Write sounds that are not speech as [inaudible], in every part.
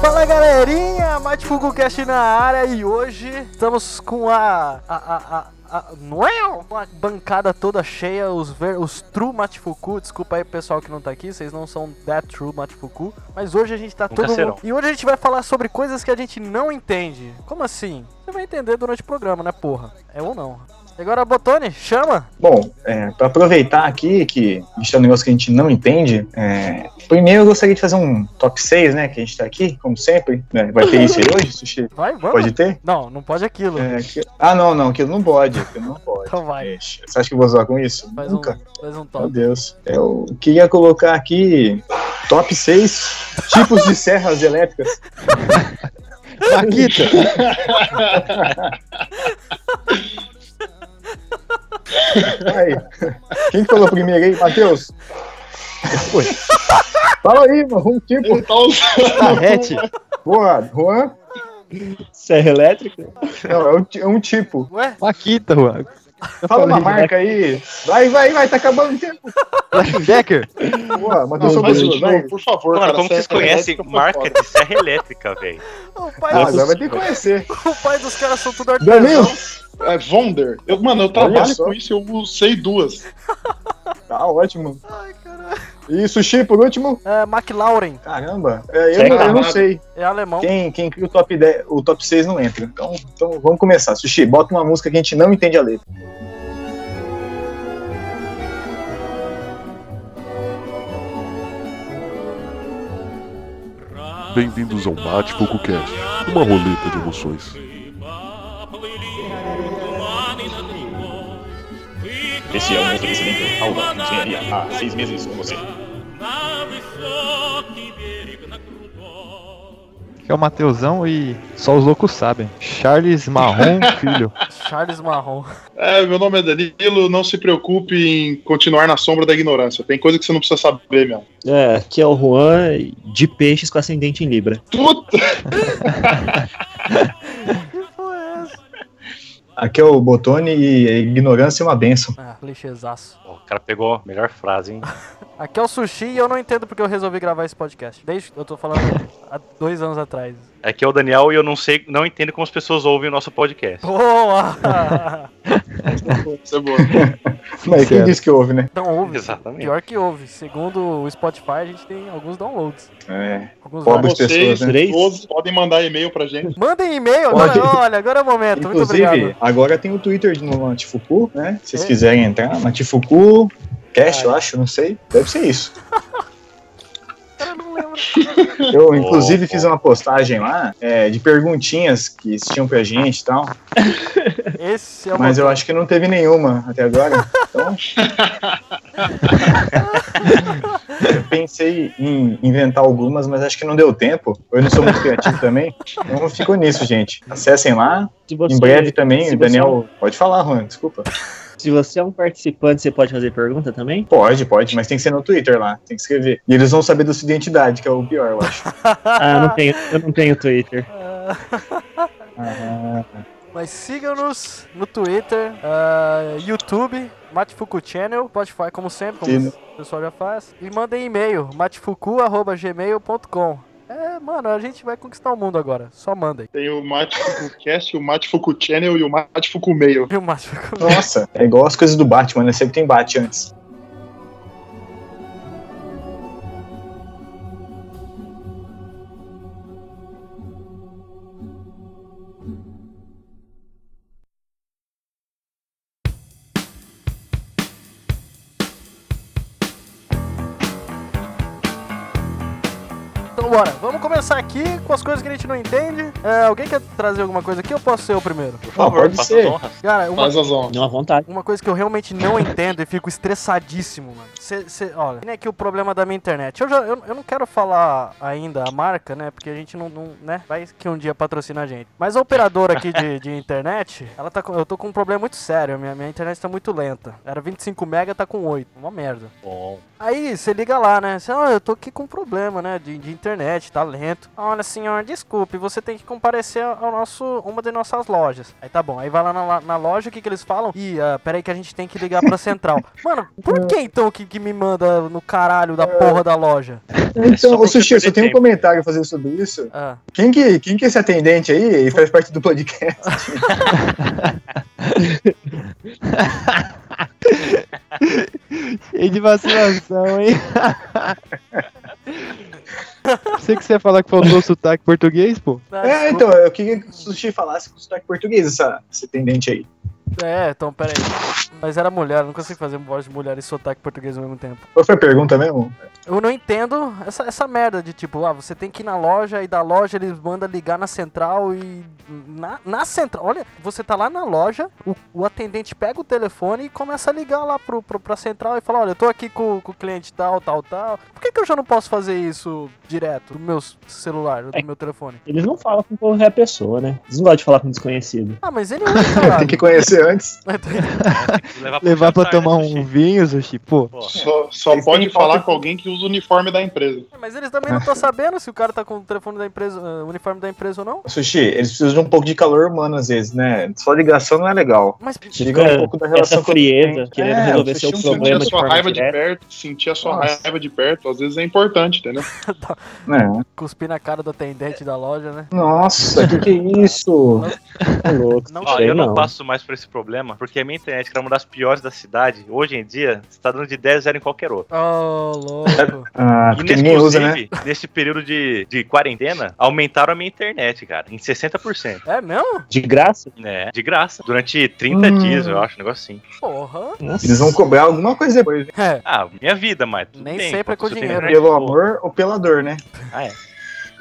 Fala galerinha, Mate Fugu Cast na área e hoje estamos com a. a, a, a a- não é uma bancada toda cheia, os, ver, os True Matifuku, desculpa aí pessoal que não tá aqui, vocês não são that True Matifuku, mas hoje a gente tá Nunca todo serão. mundo. E hoje a gente vai falar sobre coisas que a gente não entende. Como assim? Você vai entender durante o programa, né, porra? É ou não. E agora, Botone, chama! Bom, é, para aproveitar aqui que a gente tá num negócio que a gente não entende, é, primeiro eu gostaria de fazer um top 6, né? Que a gente tá aqui, como sempre. né, Vai ter isso aí hoje, Sushi? Vai, vamos! Pode ter? Não, não pode aquilo. É, que- ah, não, não, aquilo não pode. Aquilo não pode. Então vai. Ixi, Você acha que eu vou zoar com isso? Faz um, Nunca. faz um Meu top. Deus. É, Eu queria colocar aqui top 6 tipos de serras elétricas. Tá Paquita! Aí. Quem que falou primeiro aí? Matheus? Fala aí, mano. Um tipo. Ele tá usando. Tarrete! Boa, Juan? Serra elétrica? Não, é um ti- é um tipo. Ué? Paquita, Juan. Eu Fala uma falei, marca aí. Vai, vai, vai, tá acabando o tempo. Black Decker! Boa, mas eu Não, sou faz de Bruno, vai. novo, por favor. Mano, cara, é como que é vocês serra conhecem elétrica, marca de serra elétrica, velho? O pai, Ah, dos, agora vai ter que conhecer. o pai dos caras são tudo artesão. Danilo! É Vonder. Eu, mano, eu Olha trabalho só. com isso e eu sei duas. Tá ótimo. Ai, caralho. E sushi, por último? É, McLauren, Caramba, é, eu, Seca não- eu não amado. sei. é alemão. Quem, quem cria o top, 10, o top 6 não entra. Então, então vamos começar. Sushi, bota uma música que a gente não entende a letra. Bem-vindos ao Mate Pouco Cast, uma roleta de emoções. Esse é um oferecimento aula de engenharia há seis meses com você. Que é o Mateusão e só os loucos sabem. [laughs] Charles Marrom Filho. Charles Marron. É, meu nome é Danilo. Não se preocupe em continuar na sombra da ignorância. Tem coisa que você não precisa saber, meu. É, aqui é o Juan de peixes com ascendente em Libra. Puta! Que foi essa? Aqui é o Botone e a ignorância é uma benção. Ah, clichêzaço. Pô, o cara pegou a melhor frase, hein? Aqui é o sushi e eu não entendo porque eu resolvi gravar esse podcast. Desde eu tô falando há dois anos atrás. Aqui é o Daniel e eu não sei, não entendo como as pessoas ouvem o nosso podcast. Boa! Isso é boa. Mas quem Certo. disse que houve, né? [laughs] Não houve. Exatamente. Pior que houve. Segundo o Spotify, a gente tem alguns downloads. É. Alguns Pobre. vários. Algumas pessoas, Vocês né? Três? todos podem mandar e-mail pra gente. Mandem e-mail agora. Pode. Olha, agora é o momento. Muito Inclusive, obrigado. agora tem o Twitter no Matifuku, né? Se vocês É. quiserem entrar, Matifuku Cast, eu acho, não sei. Deve [laughs] ser isso. Cara, não lembro. Eu, inclusive, fiz uma postagem lá é, de perguntinhas que tinham pra gente e tal, Então, Esse é o mas eu momento. acho que não teve nenhuma até agora. [laughs] Então. eu pensei em inventar algumas, mas acho que não deu tempo. Eu não sou muito criativo também. Então ficou nisso, gente. Acessem lá. Se você- em breve tá- também, se o Daniel. Pode falar, Juan, desculpa. você- se você é um participante, você pode fazer pergunta também? Pode, pode, mas tem que ser no Twitter lá. Tem que escrever. E eles vão saber da sua identidade, que é o pior, eu acho. Ah, eu não tenho, eu não tenho Twitter. Ah. Mas sigam-nos no Twitter, ah, YouTube, Matifuku Channel, Spotify, como sempre, como Sim. o pessoal já faz. E mandem e-mail, matifuku.gmail.com. É, mano, a gente vai conquistar o mundo agora. Só mandem. [laughs] Tem o Mate Fuku Cast, o Mate Fuku Channel e o Mate Fuku Mail. E o Matifuku? Nossa, é igual as coisas do Batman, né? Sempre tem Bat antes. Então bora, vamos começar aqui com as coisas que a gente não entende. É, alguém quer trazer alguma coisa aqui? Eu posso ser o primeiro. Por Ah, pode faça um ser. as honras. Cara, uma, Faz as ondas. Não à vontade. Uma coisa que eu realmente não entendo e fico estressadíssimo, mano. Cê, cê, olha, tem aqui o problema da minha internet. Eu, já, eu, eu não quero falar ainda a marca, né? Porque a gente não, não- né? Vai que um dia patrocina a gente. Mas a operadora aqui de, de internet, ela tá com, eu tô com um problema muito sério. Minha, minha internet tá muito lenta. Era 25 mega, tá com 8. Uma merda. Bom, Aí você liga lá, né? Você, "Ah, eu tô aqui com um problema, né? De, de internet, tá lento. Olha, senhor, desculpe, você tem que comparecer ao nosso, uma de nossas lojas. Aí tá bom, aí vai lá na, na loja, o que que eles falam? Ih, ah, peraí que a gente tem que ligar pra central. Mano, por que então que, que me manda no caralho da porra da loja? só Então, pra ô você Sushi, eu só perder tenho um tempo. comentário a fazer sobre isso. Ah, Quem que, quem que é esse atendente aí e faz parte do [laughs] podcast? E de vacilação, hein? Sei que você ia falar que faltou sotaque português, pô. ah, É, desculpa. então, eu queria que o Sushi falasse com sotaque português, essa, esse atendente aí. É, então, peraí. Mas era mulher, eu não consigo fazer voz de mulher e sotaque português ao mesmo tempo. Qual foi a pergunta mesmo? Eu não entendo essa, essa merda de tipo, ah, você tem que ir na loja e da loja eles mandam ligar na central e. Na, na central. Olha, você tá lá na loja, o, o atendente pega o telefone e começa a ligar lá pro, pro, pra central e fala: olha, eu tô aqui com, com o cliente tal, tal, tal. Por que, que eu já não posso fazer isso direto do meu celular, do meu telefone? Eles não falam com qualquer pessoa, né? Eles não gostam de falar com desconhecido. Ah, mas ele usa, caralho. [laughs] Tem que conhecer antes. Levar pra jantar, tomar né, um sushi? vinho, Sushi, pô. Pô, Só, só Eles pode têm falar falta- com alguém que usa o uniforme da empresa. [laughs] mas eles também não estão sabendo se o cara tá com o telefone da empresa, ah, o uniforme da empresa ou não. Sushi, eles precisam de um pouco de calor humano às vezes, né? Só ligação não é legal. Mas Diga um pouco da relação essa frieza, com- querendo É, resolver o seu sushi é um Sentir problema a de sua forma raiva de direta. perto, sentir a sua Nossa. raiva de perto, às vezes é importante, entendeu? É. cuspir na cara do atendente da loja, né? Nossa, que que é isso? É louco. Não Ó, sei, eu não, não. passo mais por esse problema, porque a minha internet, que era uma das piores da cidade, hoje em dia, você tá dando de 10 a 0 em qualquer outro. Oh, louco. Ah, E porque ninguém usa, né? nesse período de, de quarentena, aumentaram a minha internet, cara, em 60%. É mesmo? De graça? Né? De graça. Durante 30 Hum. dias, eu acho, um negócio assim. Porra. Nossa. Eles vão cobrar alguma coisa depois, né? É. Ah, minha vida, mas. tudo Nem bem, sempre é enquanto com você tem dinheiro. internet, Pelo pô. amor ou pela dor, né? Ah, é.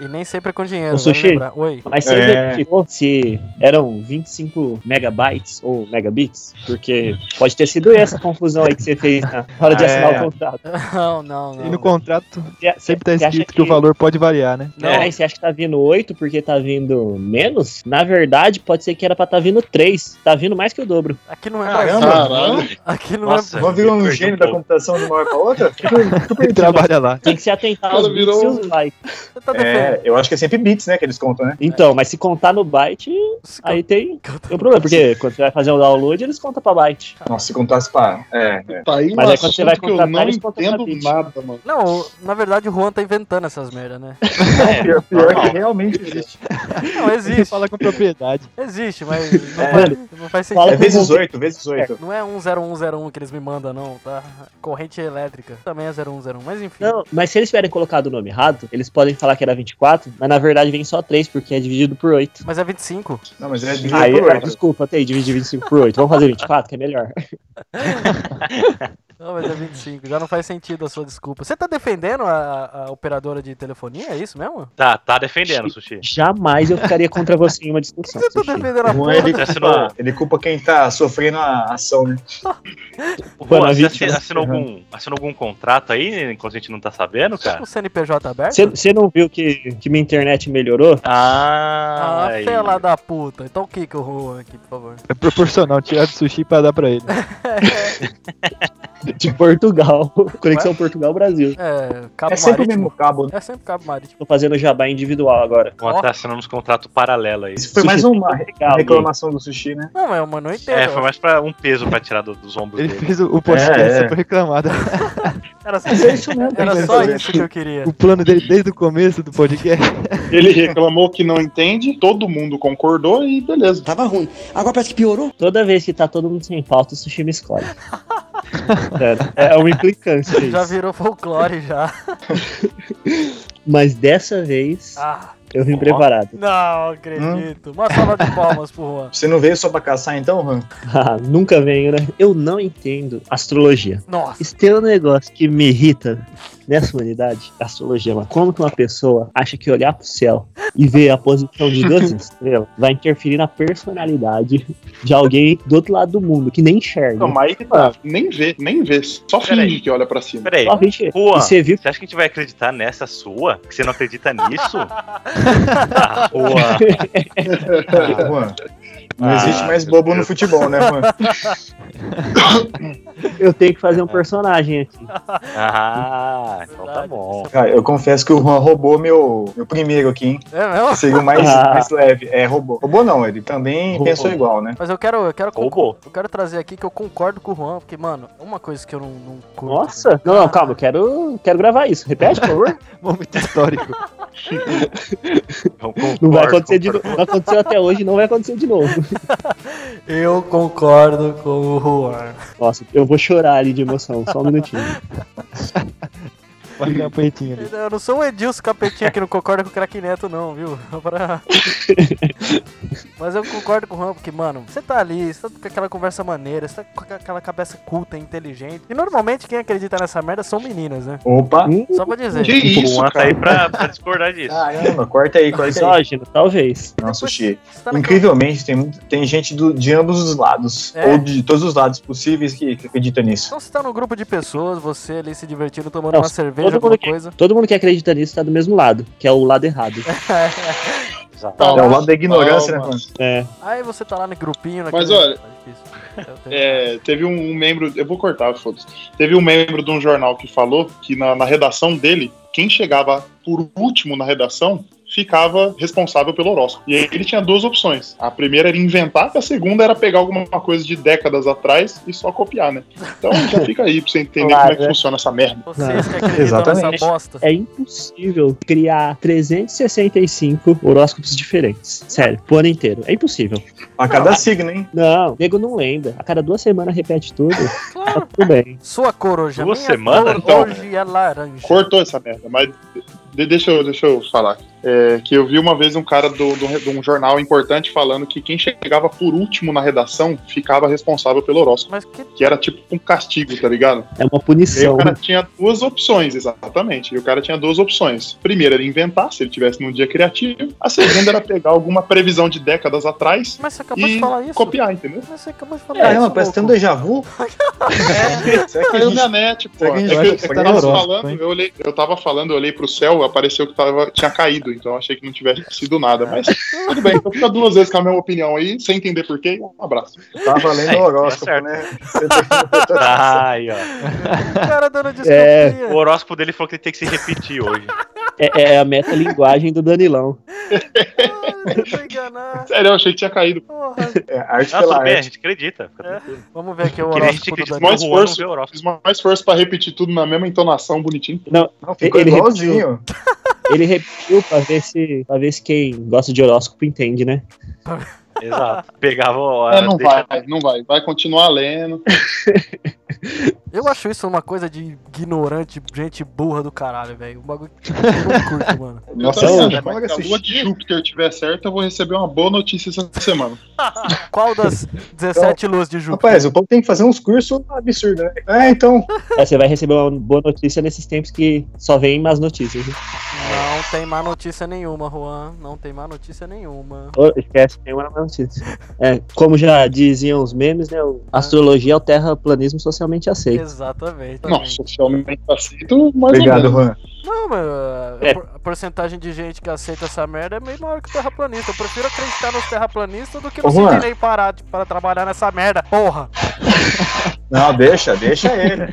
E nem sempre é com dinheiro. Ô, vale Sushi. lembrar. [laughs] Oi. Mas você É. verificou se eram 25 megabytes ou megabits? Porque pode ter sido essa a confusão aí que você fez na hora de É. assinar o contrato. Não, não, não. E no contrato Você- sempre tá você acha escrito que o valor pode variar, né? Não. É. É, Aí você acha que tá vindo 8 porque tá vindo menos? Na verdade, pode ser que era pra tá vindo 3. Tá vindo mais que o dobro. Aqui não é Caramba. mais. Caralho. Aqui não é Nossa, Vão virar um perdi gênio da pouco. computação de uma hora pra outra? Tô Ele perdido. trabalha lá. Tem que se atentar Cara, aos virou bits e um. os bytes. é. Você tá defendendo. É, eu acho que é sempre bits, né, que eles contam, né? Então, mas se contar no byte, Se aí tem, que eu tô- tem um problema. Porque quando você vai fazer o download, eles contam pra byte. Nossa, se contasse pra... [laughs] É, é. Tá aí um Mas aí quando assunto você vai que eu contratar, não eles contratam entendo vídeo. nada, mano. Não, o- na verdade o Juan tá inventando essas merdas, né? Pior, pior que realmente existe. Não, [laughs] Ele existe. fala [laughs] com propriedade. Existe, mas não, É. faz, não faz sentido. Fala É vezes oito, vezes oito. Não é 10101 que eles me mandam, não, tá? Corrente elétrica. Também é 0101, mas enfim. Não, mas se eles tiverem colocado o nome errado, eles podem falar que era 24, mas na verdade vem só 3, porque é dividido por 8. Mas é 25. Não, mas é dividido Aí, por ah, oito. desculpa, tem dividir 25 por 8. Vamos fazer 24, que é melhor. Não, mas é 25. Já não faz sentido a sua desculpa. Você tá defendendo a, a operadora de telefonia? É isso mesmo? Tá, tá defendendo, Sushi. Jamais eu ficaria contra você em uma discussão. Você tá Sushi. defendendo a Não, porra ele, Você assinou, culpa, ele culpa quem tá sofrendo a ação, né? Juan, você Panavit, assi- né? assinou algum, assinou algum contrato aí, enquanto a gente não tá sabendo, cara? do CNPJ aberto? Você- Você não viu que, que minha internet melhorou? Ah, Ah, aí. fela da puta. Então quica o Juan aqui, por favor. É proporcional, tirar do sushi pra dar pra ele. De Portugal. [laughs] Conexão Portugal-Brasil. É, cabo É sempre o marítimo. mesmo cabo, né? É sempre cabo marítimo. Tô fazendo jabá individual agora. Juan tá assinando uns contratos paralelos aí. Isso foi mais uma Ah, re- Legal, reclamação do sushi, né? Não, é uma não entendo. É, foi mais pra um peso pra tirar do- dos ombros Ele dele. fez o, o podcast É, é. só pra reclamar. da- Era só, Mas é isso mesmo. era tem só fazer. isso que eu queria. O plano dele desde o começo do podcast. Ele reclamou que não entende, todo mundo concordou e beleza. Tava ruim. Agora parece que piorou. Toda vez que tá todo mundo sem pauta, o sushi me escolhe. Sério, é uma implicância [laughs] Já isso. virou folclore [laughs] já. Mas dessa vez, Ah, eu vim Ó. preparado. [laughs] não acredito. Uma salva de palmas pro Juan. Você não veio só pra caçar, então, Han? Ah, Nunca venho, né? Eu não entendo astrologia. Nossa. Isso tem um negócio que me irrita nessa humanidade, astrologia, mano. Como que uma pessoa acha que olhar pro céu e ver a posição de [laughs] duas estrelas vai interferir na personalidade de alguém do outro lado do mundo, que nem enxerga? Não, mas aí que tá. Nem vê, nem vê. Só Peraí. finge que olha pra cima. Peraí, Só gente, Juan, e você viu você acha que a gente vai acreditar nessa sua? Que você não acredita [laughs] nisso? ah, Juan. [laughs] Juan, Ah, não Ah, existe mais meu bobo no Deus. futebol, né, Juan? Eu tenho que fazer um personagem aqui. Ah, então tá Verdade. bom. [laughs] Cara, eu confesso que o Juan roubou meu, meu primeiro aqui, hein? É mesmo? Seria o mais, Ah. mais leve. É, roubou. Roubou não, ele também Roubou. pensou igual, né? Mas eu quero, eu quero, con- Roubou. eu quero trazer aqui que eu concordo com o Juan, porque, mano, uma coisa que eu não, não curto. Nossa! Não, não, calma, eu quero, quero gravar isso. Repete, por favor. é um Momento histórico. Eu concordo, Não vai acontecer de concordo. novo. Não aconteceu até hoje, não vai acontecer de novo. Eu concordo com o Juan. Nossa, eu vou chorar ali de emoção, só [laughs] um minutinho. É Vai dar peitinho né? ali. Eu não sou o Edilson Capetinha que não concorda com o Crack Neto, não, viu? Só pra- Mas eu concordo com o Juan, porque, mano, você tá ali, você tá com aquela conversa maneira, você tá com aquela cabeça culta, inteligente. E normalmente quem acredita nessa merda são meninas, né? Opa! Só pra dizer. Que O isso, Juan tá aí cara? pra, pra [laughs] discordar disso. Caramba, corta aí, corta aí. Misógino, talvez. Não, sushi. Você tá naquela- Incrivelmente, tem, muito- tem gente do- de ambos os lados, É. ou de todos os lados possíveis que, que acredita nisso. Então você tá num grupo de pessoas, você ali se divertindo, tomando Não, uma cerveja, todo mundo alguma que- coisa. Todo mundo que acredita nisso tá do mesmo lado, que é o lado errado. É o lado da ignorância, né, Calma. mano? É. Aí você tá lá no grupinho, naquele... Mas olha, Tá difícil. Eu tenho- É, teve um, um membro, eu vou cortar, foda-se. Teve um membro de um jornal que falou que na, na redação dele, quem chegava por último na redação ficava responsável pelo horóscopo. E aí ele tinha duas opções. A primeira era inventar, e a segunda era pegar alguma coisa de décadas atrás e só copiar, né? Então já fica aí pra você entender Claro, como é que né? funciona essa merda. Vocês que acreditam nessa Exatamente. bosta. É impossível criar 365 horóscopos diferentes. Sério, pro ano inteiro. É impossível. A cada signo, hein? Não, o nego não lembra. A cada duas semanas repete tudo. Tá tudo bem. Sua cor hoje é Duas minha semanas, cor então? hoje é laranja. Cortou essa merda, mas de- deixa, eu, deixa eu falar. É, que eu vi uma vez um cara do- do- de um jornal importante falando que quem chegava por último na redação ficava responsável pelo horóscopo, Mas que que era tipo um castigo, tá ligado? E É uma aí o punição. cara tinha duas opções, exatamente. E o cara tinha duas opções. Primeiro era inventar, se ele tivesse num dia criativo. A segunda era pegar alguma previsão de décadas atrás Mas você acabou de e falar isso? copiar, entendeu? Mas você acabou de falar isso. Caramba, parece que tem um É, louco. déjà vu. Será que a Caiu gente na net, pô. Será que a É gente que vai eu, é que eu acompanhar tava o horóscopo, falando, hein? eu, olhei, eu tava falando, eu olhei pro céu, apareceu que tava, tinha caído, então eu achei que não tivesse sido nada. Mas tudo bem, então fica duas vezes com a mesma opinião aí, sem entender porquê. Um abraço. tava lendo Aí, o horóscopo, tá certo. né? Você tá- Tá aí, ó. O cara [laughs] dando desculpinha. É. O horóscopo dele falou que ele tem que se repetir hoje. É, é a metalinguagem do Danilão. Ai, eu tô enganado, Sério, eu achei que tinha caído. porra. É, arte Ah, pela tudo bem, a arte. gente acredita. Fica É. tranquilo. Vamos ver aqui o Que nem a gente horóscopo do acredita que Daniel. Mas- o Juan não esforço. vê o horóscopo. Fiz mais força pra repetir tudo na mesma entonação, bonitinho. Não, ficou Ele igualzinho. Ele repetiu pra ver se, pra ver se quem gosta de horóscopo entende, né? Exato. Pegava o. É, não vai, não vai. Vai continuar lendo. Eu acho isso uma coisa de ignorante, gente burra do caralho, velho. Um bagulho que eu não curto, mano. Nossa, Eu também acho, Sandra, como Então, é assim, né, mas que se a lua assistiu? de Júpiter tiver certa, eu vou receber uma boa notícia essa semana. Qual das 17 luzes de Júpiter? Rapaz, o povo tem que fazer uns cursos absurdos, né? É, então. É, você vai receber uma boa notícia nesses tempos que só vem más notícias. né? Não tem má notícia nenhuma, Juan. Não tem má notícia nenhuma. Ô, Esquece, tem uma má notícia. É, como já diziam os memes, né? o- Astrologia é o terraplanismo socialmente aceito. Exatamente. Nossa, tá oficialmente aceito, mas. Obrigado, Juan. Não, mas uh, É. a por- a porcentagem de gente que aceita essa merda é meio maior que o terraplanista. Eu prefiro acreditar nos terraplanistas do que Ô, no Juan. Sidney Parado para trabalhar nessa merda, porra! Não, deixa, deixa ele.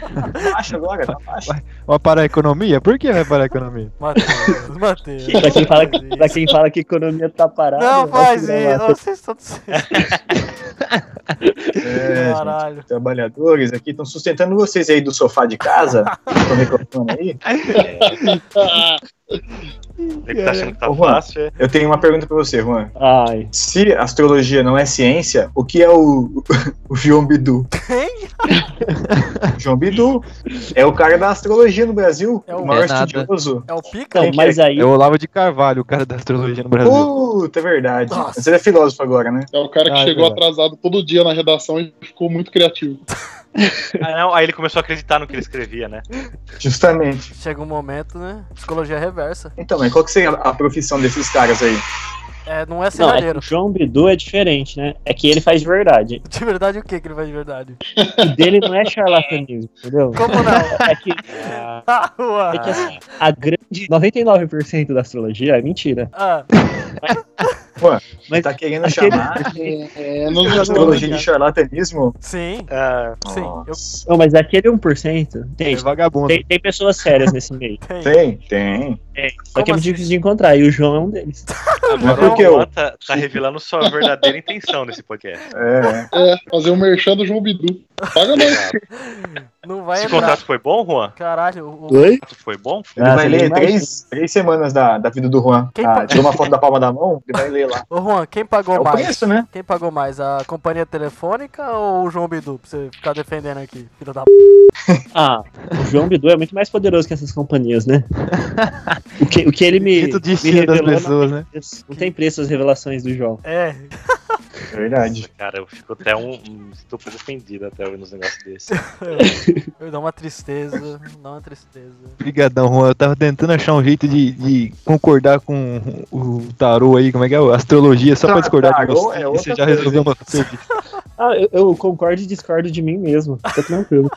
Baixa agora, tá baixa. Vai parar a economia? Por que vai parar a economia? Matheus, Matheus. Pra quem, fala que, né, pra quem fala que economia tá [laughs] parada. Não vai faz tirar isso, lá. vocês estão do É, gente, caralho. trabalhadores aqui estão sustentando vocês aí do sofá de casa. Estão reclamando aí. Ele tá achando que tá Ô, Juan. fácil. é. Eu tenho uma pergunta pra você, Juan. Ai, Se astrologia não é ciência, o que é o, [laughs] o João Bidu? Quem? O João Bidu é o cara da astrologia no Brasil, É o- o maior É nada. né? estudioso. É o pica? não, Então, mas aí. É o Olavo de Carvalho, o cara da astrologia no Brasil. Puta, é verdade. Nossa. Mas ele é filósofo agora, né? É o cara que Ah, é chegou verdade. atrasado todo dia na redação e ficou muito criativo. Ah, não, aí ele começou a acreditar no que ele escrevia, né? Justamente. Chega um momento, né? Psicologia reversa. Então, mas qual que seria a profissão desses caras aí? É, não é Não, é que serralheiro. o João Bidu é diferente, né? É que ele faz de verdade. De verdade, o que que ele vai de verdade? E dele não é charlatanismo, [laughs] entendeu? Como não? É que, Ah, Juan. é que assim, a grande. 99% da astrologia é mentira. Ah, Mas Tá querendo aquele- chamar de É, não, não, astrologia de charlatanismo? Sim, Ah, sim. Eu Nossa. Não, mas aquele 1%. É Tem, vagabundo. tem, tem pessoas sérias nesse meio. tenho. Tem, tem. Como Só que é assim? muito difícil de encontrar. E o João é um deles. Mas Agora por que o Juan eu? tá, tá revelando sua verdadeira intenção nesse podcast. É, É, fazer o um merchan do João Bidu. Paga nós. Não vai Esse entrar. contrato foi bom, Juan? Caralho, o, o- Oi? O contrato foi bom? ele Ah, vai você ler imagina. três, três semanas da, da vida do Juan. Quem Ah, pa- tirou uma foto da palma da mão, ele vai ler lá. Ô Juan, quem É pagou o mais? preço, né? Quem pagou mais? A companhia telefônica ou o João Bidu? Pra você ficar defendendo aqui, filho da p. Ah, o João Bidu é muito mais poderoso que essas [laughs] companhias, né? O que, o que ele me, Dito de me cima das revelou, não, pessoas, né? não tem preço as revelações do João. É. Verdade. Cara, eu fico até um. um- Estou um pouco ofendido até ouvindo uns negócios [laughs] desses. [laughs] Eu dou uma tristeza, dá uma tristeza. Obrigadão, Juan. Eu tava tentando achar um jeito de, de concordar com o tarô aí, como é que é? A astrologia, só pra Tá- discordar de tarô você. é e outra você já coisa, resolveu um uma coisa. Ah, eu, eu concordo e discordo de mim mesmo. Tá tranquilo.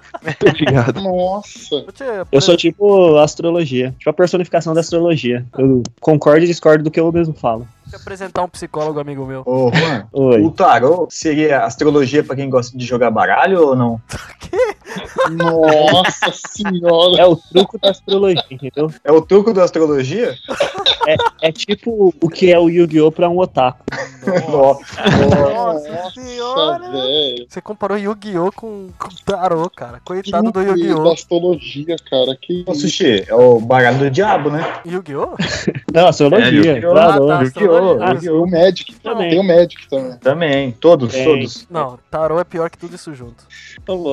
Obrigado. Nossa. Vou te apre- [laughs] Eu sou tipo astrologia. Tipo a personificação da astrologia. Eu concordo e discordo do que eu mesmo falo. te apresentar um psicólogo amigo meu. Ô, Juan, [laughs] Oi. o tarô seria astrologia pra quem gosta de jogar baralho ou não? Nossa senhora. É o truco da astrologia, entendeu? É o truco da astrologia? É tipo o que é o Yu-Gi-Oh! pra um otaku. Nossa. Nossa senhora! velho. Você comparou Yu-Gi-Oh! com, com tarô, cara. Coitado do Yu-Gi-Oh! Astrologia, cara. Que Ô, Sushi, é o baralho do diabo, né? Yu-Gi-oh! Não, astrologia. É, eu- pra Ah, tá. longe. astrologia. Yu-Gi-Oh! Tem o Magic. Também. Tem o Magic também. Também, todos, Tem. todos. Não, tarô é pior que tudo isso junto.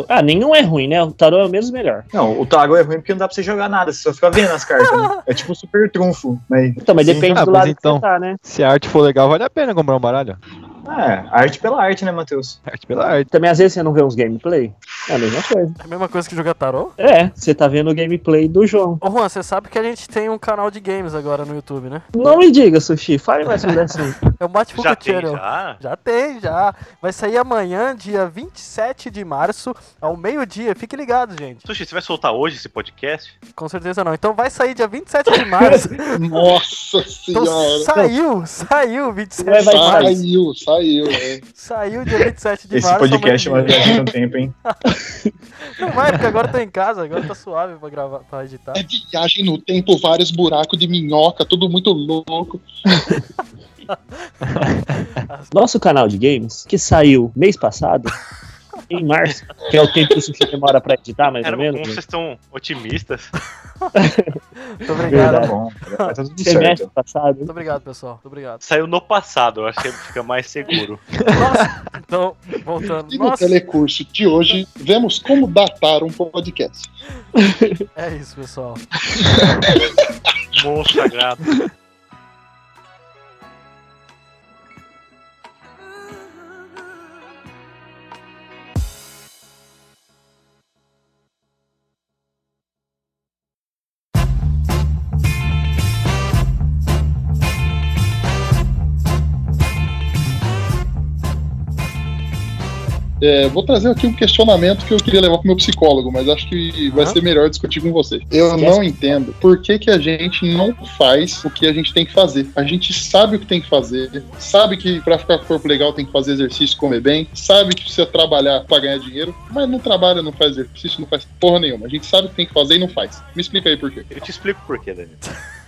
Ah, nenhum é ruim, né? O tarô é o menos melhor. Não, o tarô é ruim porque não dá pra você jogar nada, você só fica vendo as [laughs] cartas. né? É tipo um super trunfo. Mas, Então, mas Sim. depende Ah, do mas lado que então- você tá, né? Se a arte for legal, vale a pena comprar um baralho. é, arte pela arte, né, Matheus? Arte pela arte. Também às vezes você não vê uns gameplay. É a mesma coisa. É a mesma coisa que jogar tarô? É, você tá vendo o gameplay do João. Ô Juan, você sabe que a gente tem um canal de games agora no YouTube, né? Não me diga, Sushi, fale mais [laughs] sobre isso. É o Matchbook Já tem, Channel. já? Já tem, já. Vai sair amanhã, dia 27 de março, ao meio-dia. Fique ligado, gente. Sushi, você vai soltar hoje esse podcast? Com certeza não. Então vai sair dia 27 de março. Nossa Então senhora. saiu, saiu 27 Vai, de vai, março. vai. Saiu, saiu. É. Saiu dia 27 de Esse março. podcast é uma amanhã. viagem no tempo, [laughs] hein? Não vai, porque agora eu tô em casa, agora tá suave pra gravar, pra editar. é viagem no tempo, vários buracos de minhoca, tudo muito louco. Nosso canal de games, que saiu mês [laughs] passado, em março, que é o tempo que o Sushi demora pra editar, mais Cara, ou como menos. vocês estão otimistas? Muito Tá obrigado. Verdade. bom, [laughs] tá tudo né? Semestre certo. passado. Muito obrigado, pessoal. Muito obrigado. Saiu no passado, eu acho que fica mais seguro. [laughs] Nossa, então, voltando. E no Nossa, telecurso de hoje, vemos como datar um podcast. é isso, pessoal. Monstro sagrado. É, vou trazer aqui um questionamento que eu queria levar pro meu psicólogo, mas acho que vai Aham. ser melhor discutir com você. Eu não entendo por que, que a gente não faz o que a gente tem que fazer. A gente sabe o que tem que fazer, sabe que pra ficar com o corpo legal tem que fazer exercício, comer bem, sabe que precisa trabalhar pra ganhar dinheiro, mas não trabalha, não faz exercício, não faz porra nenhuma. A gente sabe o que tem que fazer e não faz. Me explica aí por quê. Eu te explico por quê, Daniel.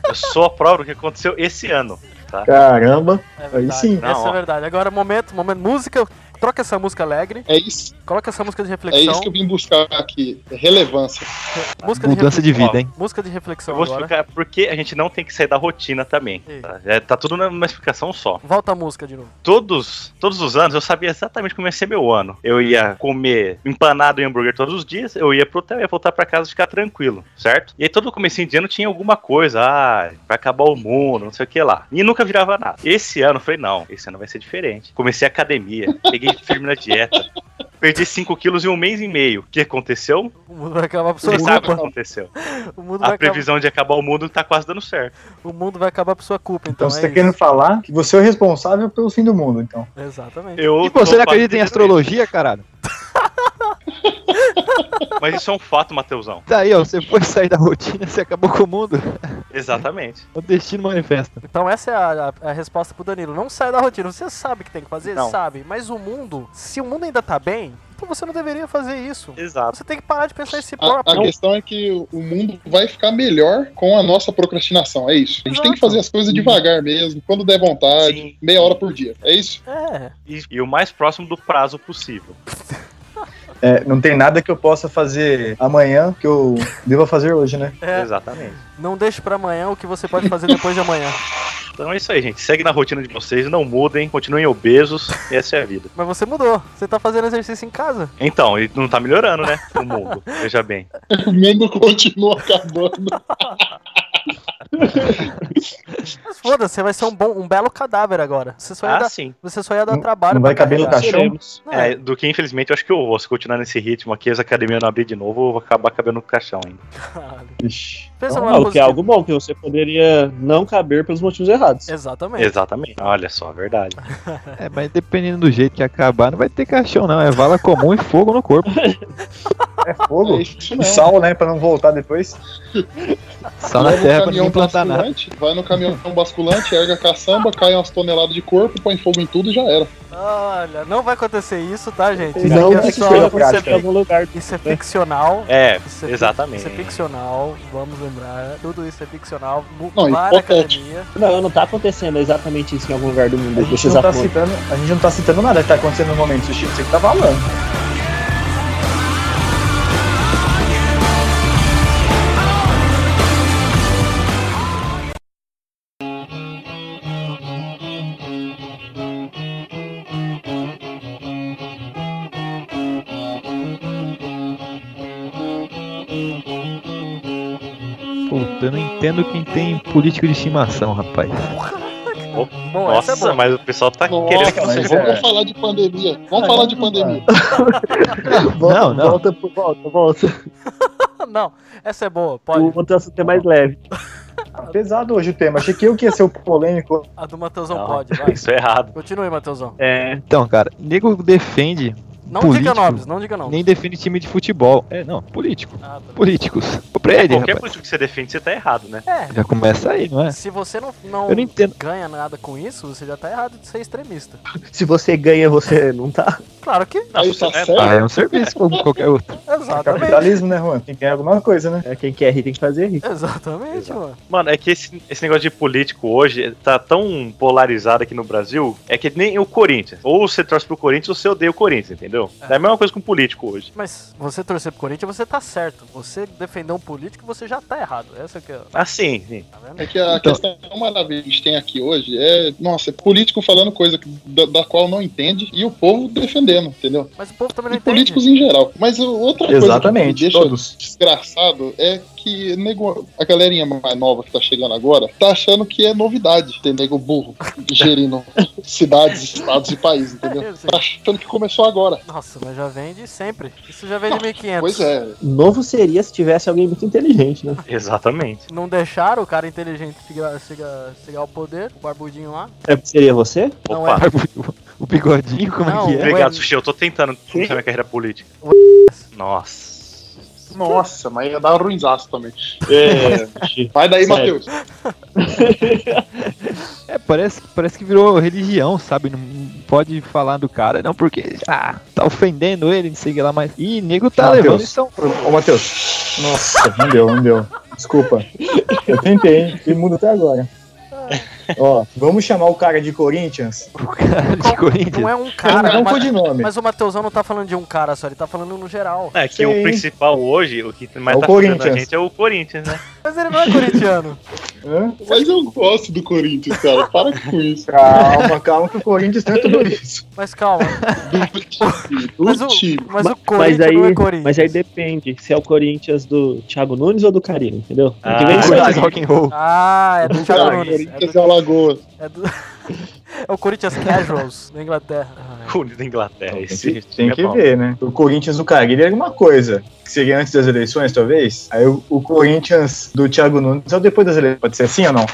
Eu sou a prova do que aconteceu esse ano. Caramba, então É verdade. sim. Essa Não, é ó. a verdade. Agora, momento, momento. Música, troca essa música alegre, É isso, coloca essa música de é reflexão. isso que eu vim buscar aqui. É relevância. música, de Mudança reflexão. de vida, hein? música de Eu reflexão vou agora. explicar por que a gente não tem que sair da rotina também. Tá, É, tá tudo numa explicação só. Volta a música de novo. Todos, todos os anos eu sabia exatamente como ia ser meu ano. Eu ia comer empanado e hambúrguer todos os dias, eu ia pro hotel, ia voltar pra casa e ficar tranquilo, certo? E aí todo comecinho de ano tinha alguma coisa, ah, vai acabar o mundo, não sei o que lá. E nunca virava nada. Esse ano eu falei, não, esse ano vai ser diferente. Comecei a academia, peguei firme na dieta. [laughs] Perdi 5 quilos em um mês e meio. O que aconteceu? O mundo vai acabar por sua Você sabe o que culpa. aconteceu. O mundo, vai A acabar, previsão de acabar o mundo tá quase dando certo. o mundo vai acabar por sua culpa, então, Então você é tá isso. querendo falar que você é o responsável pelo fim do mundo, então. Exatamente. Eu E você tô não acredita em fazendo astrologia, caralho? isso, Mas isso é um fato, Matheusão. Tá Daí, ó, você foi sair da rotina, você acabou com o mundo. Exatamente. O destino manifesta. Então essa é a, a- a resposta pro Danilo. Não sai da rotina. Você sabe o que tem que fazer? Não. Sabe. Mas o mundo, se o mundo ainda tá bem, então você não deveria fazer isso. Exato. Você tem que parar de pensar em si A, a próprio. questão é que o- o mundo vai ficar melhor com a nossa procrastinação, é isso. A gente tem que fazer as coisas devagar mesmo, quando der vontade, Sim. meia hora por dia, é isso? [laughs] É. E, e o mais próximo do prazo possível. É, não tem nada que eu possa fazer amanhã que eu deva fazer [laughs] hoje, né? É. Exatamente. Não deixe pra amanhã o que você pode fazer depois de amanhã. Então é isso aí, gente. Segue na rotina de vocês, não mudem, continuem obesos. E essa é a vida. Mas você mudou. Você tá fazendo exercício em casa. Então, e não tá melhorando, né? O mundo. [laughs] Veja bem. O mundo continua acabando. Mas foda-se, você vai ser um, bom, um belo cadáver agora. Você só ia, Ah, dar, sim. você só ia dar Não- trabalho. não vai pra caber no carregar. caixão? Não, É, do que infelizmente eu acho que eu vou. Se continuar nesse ritmo aqui, as academias não abrir de novo, eu vou acabar cabendo no caixão ainda. caralho. Ixi. Pensa Não, numa o que é positiva. algo bom, que você poderia não caber pelos motivos errados. Exatamente. Exatamente. Olha só, verdade. É, mas dependendo do jeito que acabar, não vai ter caixão, não. É vala comum e fogo no corpo. É fogo? É isso E não. sal, né? Pra não voltar depois. Só Vai no na terra pra caminhão ninguém plantar nada. basculante, Vai no caminhão basculante, erga a caçamba, cai umas toneladas de corpo, põe fogo em tudo e já era. Olha, não vai acontecer isso, tá, gente? Isso Não, aqui é é isso só. foi- você fica no lugar. Isso é ficcional. É, Isso fi- exatamente. Isso é ficcional, vamos lembrar. Tudo isso é ficcional. Mu- Não, Vá na hipotético. academia. Não, não tá acontecendo exatamente isso em algum lugar do mundo. A gente, Deixa não tá exatamente. citando, a gente não tá citando nada que tá acontecendo no momento. Sushi, você que tá falando. Puta, eu não entendo quem tem político de estimação, rapaz. Bom, essa é Nossa, boa. mas o pessoal tá Nossa, querendo que mas você vamos, é. vamos falar de pandemia. Vamos falar de pandemia. Volta, Não, não. Volta, pro- [laughs] volta, volta. Não, essa é boa. O Pode. outro assunto é mais leve. Tá pesado hoje o tema. Achei que eu que ia ser o polêmico. A do Mateusão Não. pode, [laughs] vai. Isso é errado. Continue, Mateusão. É. Então, cara, nego defende, Não Político. diga nomes, não diga nomes. nem defende time de futebol. É, não, político. Ah, tá. Políticos. Compreende, É, Qualquer rapaz? político que você defende, você tá errado, né? É, Já começa aí, não é? se você não, não, Eu não entendo. ganha nada com isso, você já tá errado de ser extremista. Se você ganha, você não tá. Claro que, Não, Aí você tá não é- certo. Ah, é um serviço como qualquer outro. [laughs] exatamente. Capitalismo, né, Juan? Tem que ganhar alguma coisa, né? É, quem quer rir tem que fazer rir. Exatamente, Exato. mano. Mano, é que esse, esse negócio de político hoje tá tão polarizado aqui no Brasil, é que nem o Corinthians. Ou você torce pro Corinthians ou você odeia o Corinthians, entendeu? É a mesma coisa com político hoje. Mas você torcer pro Corinthians, você tá certo. Você defender um político, você já tá errado. Essa que é, Assim, [laughs] sim. tá vendo? É que a Então- questão maravilhosa que a gente tem aqui hoje é, nossa, é político falando coisa que- da, da qual não entende e o povo defendendo, entendeu? Mas o povo também não E entende. políticos em geral. Mas o- outra coisa que me Exatamente, deixa todos. desgraçado é que nego, a galerinha mais nova que tá chegando agora tá achando que é novidade ter [laughs] nego burro gerindo cidades, estados e países, entendeu? É, sim. Tá achando que começou agora. Nossa, mas já vem de sempre. Isso já vem de 1500. Pois é, Novo seria se tivesse alguém muito inteligente, né? Exatamente. Não deixaram o cara inteligente chegar, chegar, chegar ao poder, o barbudinho lá. É, seria você? Não é. Opa. O bigodinho, como Não, é que é? Obrigado, Ué, Sushi. Eu tô tentando começar minha carreira política. é. Nossa. nossa, mas ia dar um ruinzaço também. É, [laughs] vai daí, Sério. Matheus. É, parece, parece que virou religião, sabe? Não pode falar do cara, não, porque ah, tá ofendendo ele, não sei o que lá, mas. Ih, nego tá Mateus. levando isso. Ô, Matheus. um Nossa, não deu, não deu. Desculpa. Eu tentei, hein? Fui mudo até agora. Ó, vamos chamar o cara de Corinthians? O cara de Não Corinthians. é um cara, não mas, foi de nome. mas o Mateusão não tá falando de um cara só, ele tá falando no geral. É que Sim. o principal hoje, o que mais É o tá fazendo a Corinthians. gente é o Corinthians, né? Mas ele não é corintiano. Hã? Mas eu gosto do Corinthians, cara. Para [laughs] com isso. Calma, calma, que o Corinthians tem tudo isso. Mas calma. O Mas o, time. mas o Mas Corinthians aí, não é Corinthians. mas aí depende se é o Corinthians do Thiago Nunes ou do Carinho, entendeu? Ah, Que vem é isso aí. Corinthians rock'n'roll. Ah, é do Thiago Cara, o Nunes. É, Corinthians do, é Alagoas. é, do- [laughs] é o Corinthians Casuals, na Inglaterra. [laughs] Ah, Corinthians da Inglaterra. É. Tem Esse que, tem é que bom. ver, né? O Corinthians do Carilho era uma coisa, que seria antes das eleições, talvez. Aí o, o Corinthians do Thiago Nunes é o depois das eleições. Pode ser assim ou não?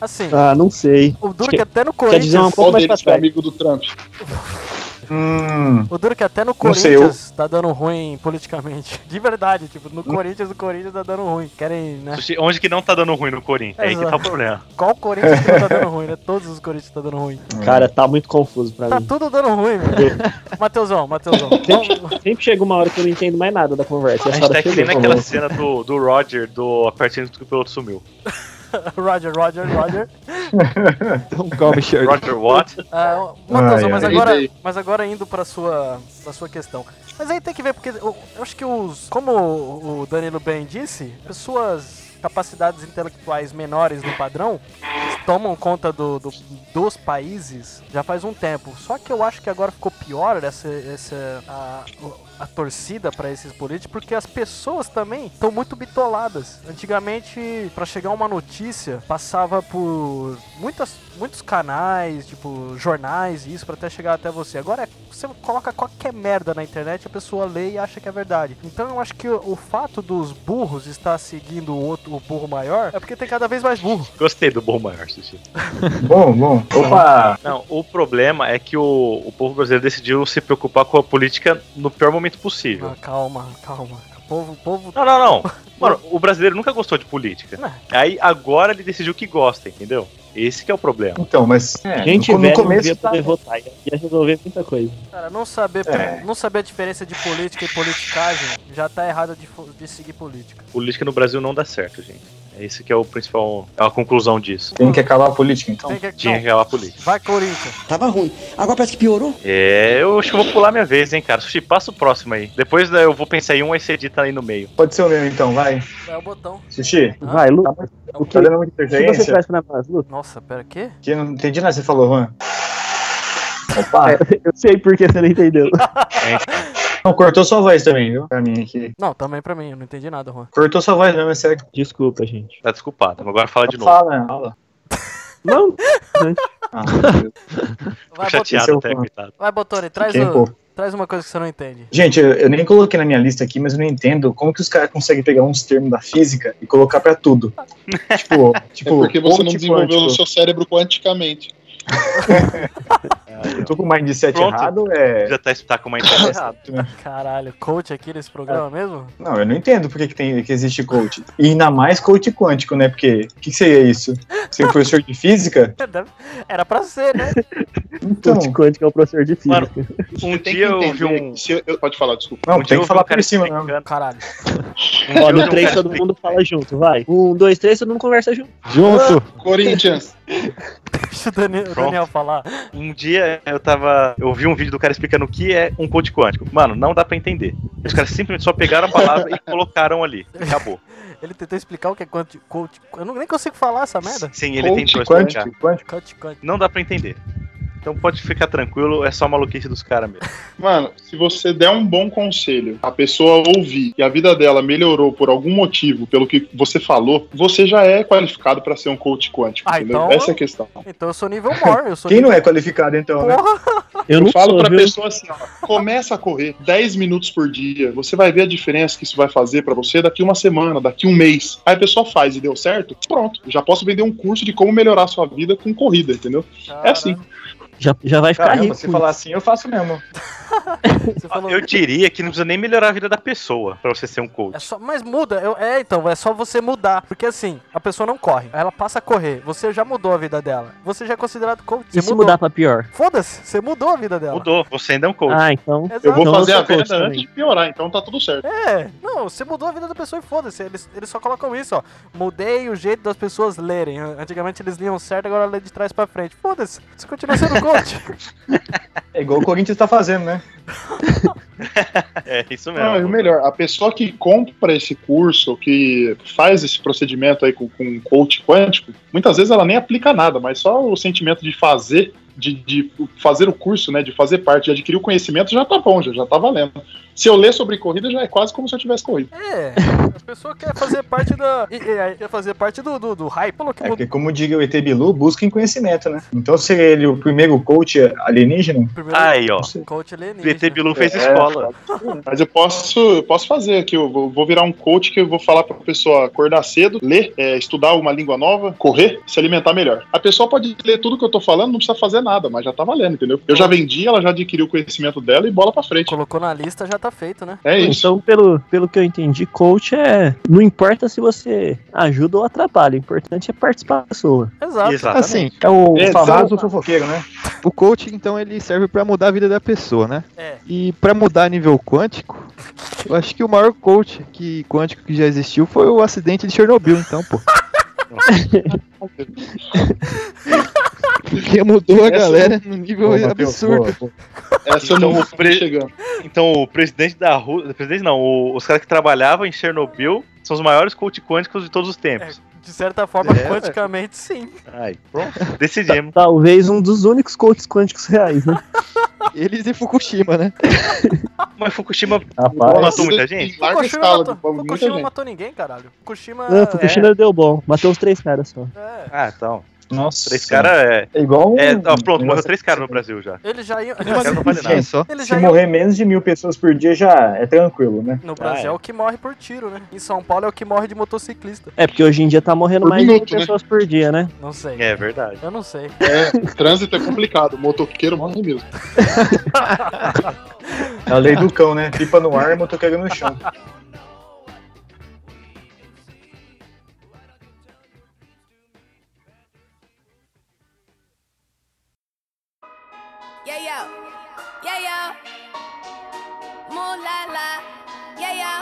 Assim, Ah, não sei. o duro que até no Quer dizer Corinthians... uma Qual pouco mais pra deles que é amigo trás. do Trump? Hum. O duro que até no Não sei, Corinthians tá dando ruim politicamente. [laughs] De verdade, tipo, no Corinthians, o Corinthians tá dando ruim. Querem, né? Onde que não tá dando ruim no Corinthians? É aí que tá o problema. Qual Corinthians que não tá dando ruim, né? Todos os Corinthians tá dando ruim. Cara, tá muito confuso pra Tá [laughs] mim. tudo dando ruim, velho. Mateusão, [laughs] Mateusão. vamos- Sempre chega uma hora que eu não entendo mais nada da conversa. A Essa gente hora tá que chegou. nem naquela cena do, do Roger, do A partir do que o piloto sumiu. Roger, Roger, Roger. Não [laughs] come shirt. Roger Watt. Ah, Matheusão, Ai, mas ai. agora, Entendi. mas agora indo pra sua, pra sua questão. Mas aí tem que ver, porque eu, eu acho que os. Como o Danilo bem disse, pessoas. Capacidades intelectuais menores do padrão eles tomam conta do, do- dos países já faz um tempo. Só que eu acho que agora ficou pior essa, essa a, a torcida pra esses políticos, porque as pessoas também estão muito bitoladas. Antigamente, pra chegar uma notícia, passava por muitas, muitos canais, tipo jornais e isso, pra até chegar até você. Agora é- você coloca qualquer merda na internet, a pessoa lê e acha que é verdade. Então eu acho que o, o fato dos burros estar seguindo o, outro, o burro maior é porque tem cada vez mais burro. Gostei do bom maior, Sushi. Bom, bom. Opa! Não, o problema é que o, o povo brasileiro decidiu se preocupar com a política no pior momento possível. Ah, calma, calma. O povo, o povo. Não, não, [laughs] não. Mano, o brasileiro nunca gostou de política. Não. Aí agora ele decidiu que gosta, entendeu? Esse que é o problema. Então, mas é, Gente no, velha no não devia começo. tá- poder votar. Ia ia resolver muita coisa. Cara, não saber, É. não saber a diferença de política e politicagem já tá errado de, fo- de seguir política. Política no Brasil não dá certo, gente. Esse que é o principal, é a conclusão disso. Tem que acabar a política, então. Tem que- Tinha não, que acabar a política. Vai, Corinthians. Tava ruim. Agora parece que piorou. É, eu acho que eu vou pular minha vez, hein, cara. Sushi, passa o próximo aí. Depois né, eu vou pensar em um e você edita aí no meio. Pode ser o meu, então, vai. É o botão. Sushi, Vai, Lucas. O que, tá dando muita o que você interferência? traz pra nós, Lucas? Nossa, pera, quê? Que eu não entendi nada que você falou, Juan. Opa! [laughs] Eu sei porque você [laughs] não entendeu. Não, cortou sua voz também, viu? Pra mim aqui. Não, também pra mim, eu não entendi nada, Juan. Cortou sua voz mesmo, é sério. Desculpa, gente. Tá desculpado. Agora fala de novo. Fala, fala. Não, Ah, meu Deus. Vai, Tô botão, chateado tá eu até, falo. coitado. vai Botone, traz, Fiquei, o- pô. traz uma coisa que você não entende. Gente, eu, eu nem coloquei na minha lista aqui, mas eu não entendo como que os caras conseguem pegar uns termos da física e colocar pra [laughs] tudo. tipo, É tipo, porque você não ponte desenvolveu o quântico. seu cérebro quanticamente. Eu tô com o mindset Pronto. errado, é. né? Já tá, tá com [coughs] uma ideia errada. Caralho, coach aqui nesse programa mesmo? [laughs] Não, eu não entendo porque que, tem, que existe coach. E ainda mais coach quântico, né? Porque o que, que seria isso? Ser professor de física? Era pra ser, né? Então, o Ticante que é o professor de física. Mano, Você tem que dia eu vi entender um- que se eu- Pode falar, desculpa. não, Um dia tem eu que vi um falar por cara cima, né? não. explicando- Caralho. [laughs] um dia eu Ó, vi no um 3 cara todo mundo fala junto, vai. Um, dois, três, todo mundo conversa junto. Junto. [laughs] Ah, Corinthians. Deixa o Dani- o Daniel falar. Um dia eu tava. Eu vi um vídeo do cara explicando o que é um coach quântico. Mano, não dá pra entender. Os caras simplesmente só pegaram a palavra e colocaram ali. Acabou. Ele tentou explicar o que é quanti- coach. Eu não- nem consigo falar essa merda. Sim, ele Coach tentou explicar. Quântico, quântico. Coach, coach. Não dá pra entender. Então pode ficar tranquilo, é só maluquice dos caras mesmo. Mano, se você der um bom conselho, a pessoa ouvir e a vida dela melhorou por algum motivo, pelo que você falou, você já é qualificado pra ser um coach quântico, Ah, entendeu? então- Essa é a questão. Então eu sou nível more, eu sou Quem nível... não é qualificado, então, né? Porra! Eu Eu não falo sou, pra viu? pessoa assim, ó, começa a correr 10 minutos por dia, você vai ver a diferença que isso vai fazer pra você daqui uma semana, daqui um mês. Aí a pessoa faz e deu certo, pronto, já posso vender um curso de como melhorar a sua vida com corrida, entendeu? É assim. Já, já vai ficar Caramba, rico. se falar assim, eu faço mesmo. Você falou... Eu diria que não precisa nem melhorar a vida da pessoa pra você ser um coach. É só, mas muda, eu- é então, é só você mudar. Porque assim, a pessoa não corre, ela passa a correr. Você já mudou a vida dela. Você já é considerado coach. Você E se mudou. mudar pra pior? Foda-se, você mudou a vida dela. Mudou, você ainda é um coach. Ah, então. Exato. Eu vou Então, fazer eu a sou coach venda também. antes de piorar, então tá tudo certo. É, não, você mudou a vida da pessoa e foda-se. Eles, eles só colocam isso, ó. Mudei o jeito das pessoas lerem. Antigamente eles liam certo, agora lê de trás pra frente. Foda-se, você continua sendo coach. É igual o Corinthians tá fazendo, né? É isso mesmo. Não, e o Ah, melhor, a pessoa que compra esse curso, que faz esse procedimento aí com, com coach quântico, muitas vezes ela nem aplica nada, mas só o sentimento de fazer, de, de fazer o curso, né, de fazer parte, de adquirir o conhecimento, já tá bom, já, já tá valendo. Se eu ler sobre corrida, já é quase como se eu tivesse corrido. É, a pessoa quer fazer parte da. e- e- Quer fazer parte do, do, do hype. Pelo que É mudou. porque, como diria o ET Bilu, busquem conhecimento, né? Então, se ele o primeiro coach alienígena, Primeiro Aí, ó. coach O alienígena. PT Bilu fez É. escola. Mas eu posso, eu posso fazer aqui, eu vou, vou virar um coach que eu vou falar pra pessoa acordar cedo, ler, é, estudar uma língua nova, correr, se alimentar melhor. A pessoa pode ler tudo que eu tô falando, não precisa fazer nada, mas já tá valendo, entendeu? Eu já vendi, ela já adquiriu o conhecimento dela e bola pra frente. Colocou na lista, já tá feito, né? É isso. Então, pelo, pelo que eu entendi, coach é. Não importa se você ajuda ou atrapalha, o importante é participar da pessoa. Exato. Exato. Assim, é o É, famoso fofoqueiro, né? o coaching, então, ele serve pra mudar a vida da pessoa, né? É. E pra mudar a nível quântico, eu acho que o maior coach que, quântico que já existiu foi o acidente de Chernobyl, então, [laughs] pô. Porque mudou a Essa- galera no nível Ô, Matheus, absurdo. é boa, boa. Essa eu Então, não vou o pre- chegando. Então, o presidente da Rússia. Presidente não, o- os caras que trabalhavam em Chernobyl são os maiores coach quânticos de todos os tempos. De certa forma, É, [laughs] quanticamente, sim. Aí, pronto. Decidimos. Talvez um dos únicos coaches quânticos reais, né? Eles e Fukushima, né? [laughs] Mas Fukushima Rapaz. matou muita gente? Em larga Fukushima escala, matou, muita Fukushima gente. matou ninguém, caralho. Fukushima. Não, Fukushima deu bom. Matou os três caras só. é, é. Ah, então. Nossa. Três caras é. É igual. é um- ó, pronto, morreu negócio- três caras no Brasil já. Ele já ia. Tipo assim, Esse cara não vale nada. Quem só? Ele já é um- Se ia. morrer menos de mil pessoas por dia já é tranquilo, né? No Brasil é o que morre por tiro, né? Em São Paulo é o que morre de motociclista. É, porque hoje em dia tá morrendo Por mais de mil minuto, né? pessoas por dia, né? Não sei. É verdade. Eu não sei. É, trânsito é complicado, motoqueiro morre mesmo. É a lei do cão, né? Pipa no ar e motoqueiro no chão. Yeah, yo. Yeah, yo. Moo la la. Yeah, yo.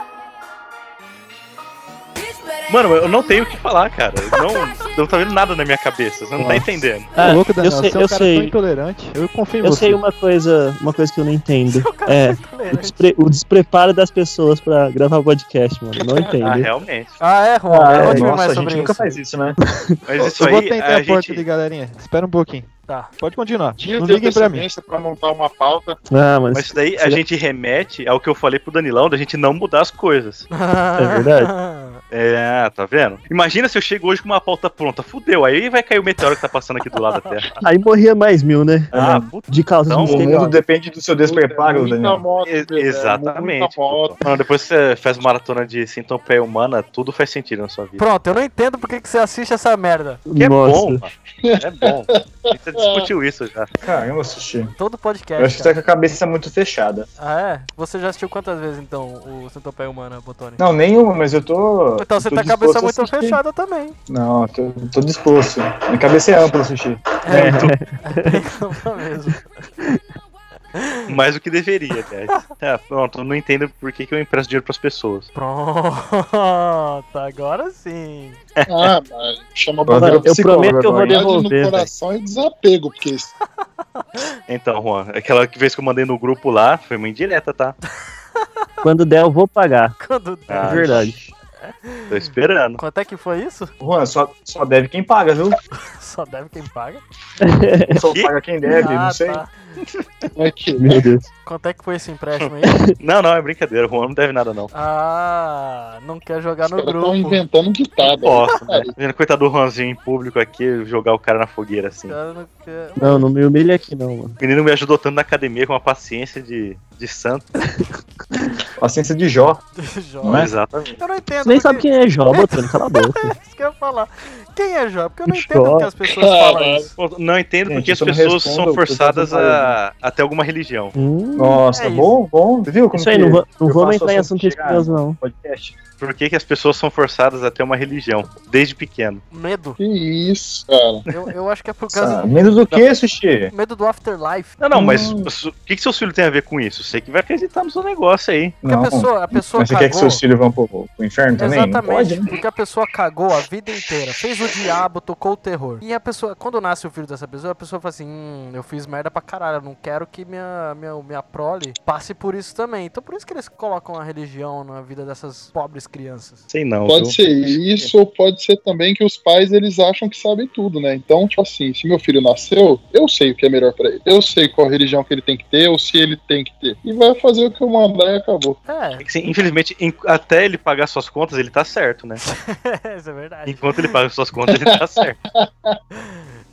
Bitch, better Mano, have eu não my tenho o money. que falar, cara. Eu Não, não tá vendo nada na minha cabeça. Você não tá entendendo. Tá louco, Daniel, Ah, eu sei, você é um eu cara tão sei. intolerante. Eu confio em Eu você. sei uma coisa, uma coisa que eu não entendo. [laughs] É, o, Tolerante. despre- o despreparo das pessoas pra gravar podcast, mano. Não Ah, entendo. realmente. Ah, é, Juan. Ah, eu é, vou te Nossa, mais a sobre gente isso. nunca faz isso, né? Mas isso eu aí, vou tentar a, a porta gente... ali, galerinha. Espera um pouquinho. Tá. Pode continuar. Tinha não de liguem pra mim. antecedência pra montar uma pauta. Ah, mas, Mas isso daí a gente remete ao que eu falei pro Danilão da gente não mudar as coisas. verdade. É, tá vendo? Imagina se eu chego hoje com uma pauta pronta. Fudeu, aí vai cair o meteoro que tá passando aqui do lado da [laughs] Terra. aí morria mais mil, né? Ah, puta. De causas Então, O mundo misteriosas. depende do seu despreparo, Muita Daniel. moto, E- velho, é, Exatamente. é, muita moto. Mano, depois que você faz maratona de sintopeia humana, tudo faz sentido na sua vida. [laughs] Pronto, eu não entendo por que que você assiste essa merda. Que é Nossa. bom, mano. É bom. A gente já discutiu isso já. Caramba, Sushi. Todo Eu acho podcast. que tá- você cara. tá com a cabeça muito fechada. Ah, é? Você já assistiu quantas vezes então o Centopeia Humana, Botoni? Não, nenhuma, mas eu tô. Então você tô tá com a cabeça disposto muito a assistir. fechada [laughs] também. [laughs] Não, tô, tô disposto. Minha cabeça é ampla, Sushi. É, é mesmo. Mais do que deveria, aliás. É, pronto, eu não entendo por que, que eu empresto dinheiro pras pessoas. Pronto, agora sim. Ah, mas chama Agora Mano, bandeira virou eu psicólogo prometo que eu vou agora, hein? no devolver. tá? velho. coração e desapego, [laughs] porque isso Então, Juan, aquela vez que eu mandei no grupo lá, foi uma indireta, tá? Quando der, eu vou pagar. Quando der. É Ah, verdade. Tô esperando. Quanto é que foi isso? [laughs] Juan, só, só deve quem paga, viu? Só deve quem paga. Só Que? paga quem deve, não sei. tá. não é que. Meu Deus. Quanto é que foi esse empréstimo [laughs] aí? Não, não, é brincadeira. O Juan não deve nada, não. Ah, não quer jogar Os no caras estão grupo. inventando guitarra. Posso, né? Imagina, Coitado do Juanzinho em público aqui, jogar o cara na O fogueira, assim. cara não quer. Não, não me humilha aqui, não, mano. O menino me ajudou tanto na academia com uma paciência de, de santo. Paciência de Jó. Jó. [laughs] Não é? Exatamente. Eu não entendo. Você nem porque- sabe quem é Jó, Botânico, cala a boca. Isso que eu ia falar. Quem é Jó? Porque eu não Jó. entendo porque as pessoas falam Caralho. isso. Pô, Não entendo Gente, porque as isso eu não pessoas são respondo, porque eu tô forçadas a, a ter alguma religião. [laughs] Hum, Nossa, É isso. bom, bom. Você Viu como É isso aí, que não, vou- não eu vamos faço entrar em assunto assunto religioso, não. podcast? Por que, que as pessoas são forçadas a ter uma religião desde pequeno? Medo. Que isso, cara. Eu, eu acho que é por causa Ah, menos do que, Sushi? medo do afterlife. Hum. Não, não, mas su- o que, que seus filhos têm a ver com isso? Você que vai acreditar no seu negócio aí. porque Não. a pessoa, a pessoa Mas você cagou. quer que seus filhos vão pro, pro inferno também? Não Exatamente, pode, né? porque a pessoa cagou a vida inteira, fez o diabo, tocou o terror. E a pessoa, quando nasce o filho dessa pessoa, a pessoa fala assim: hum, eu fiz merda pra caralho, eu não quero que minha, minha, minha prole passe por isso também. Então por isso que eles colocam a religião na vida dessas pobres crianças. Sei não. Pode viu? ser isso, ou pode ser também que os pais eles acham que sabem tudo, né? Então, tipo assim, se meu filho nasceu, eu sei o que é melhor pra ele. Eu sei qual religião que ele tem que ter, ou se ele tem que ter. E vai fazer o que eu mandar e acabou. É, É que, assim, infelizmente, em- até ele pagar suas contas, ele tá certo, né? [laughs] isso é verdade. Enquanto ele paga suas contas, ele tá certo.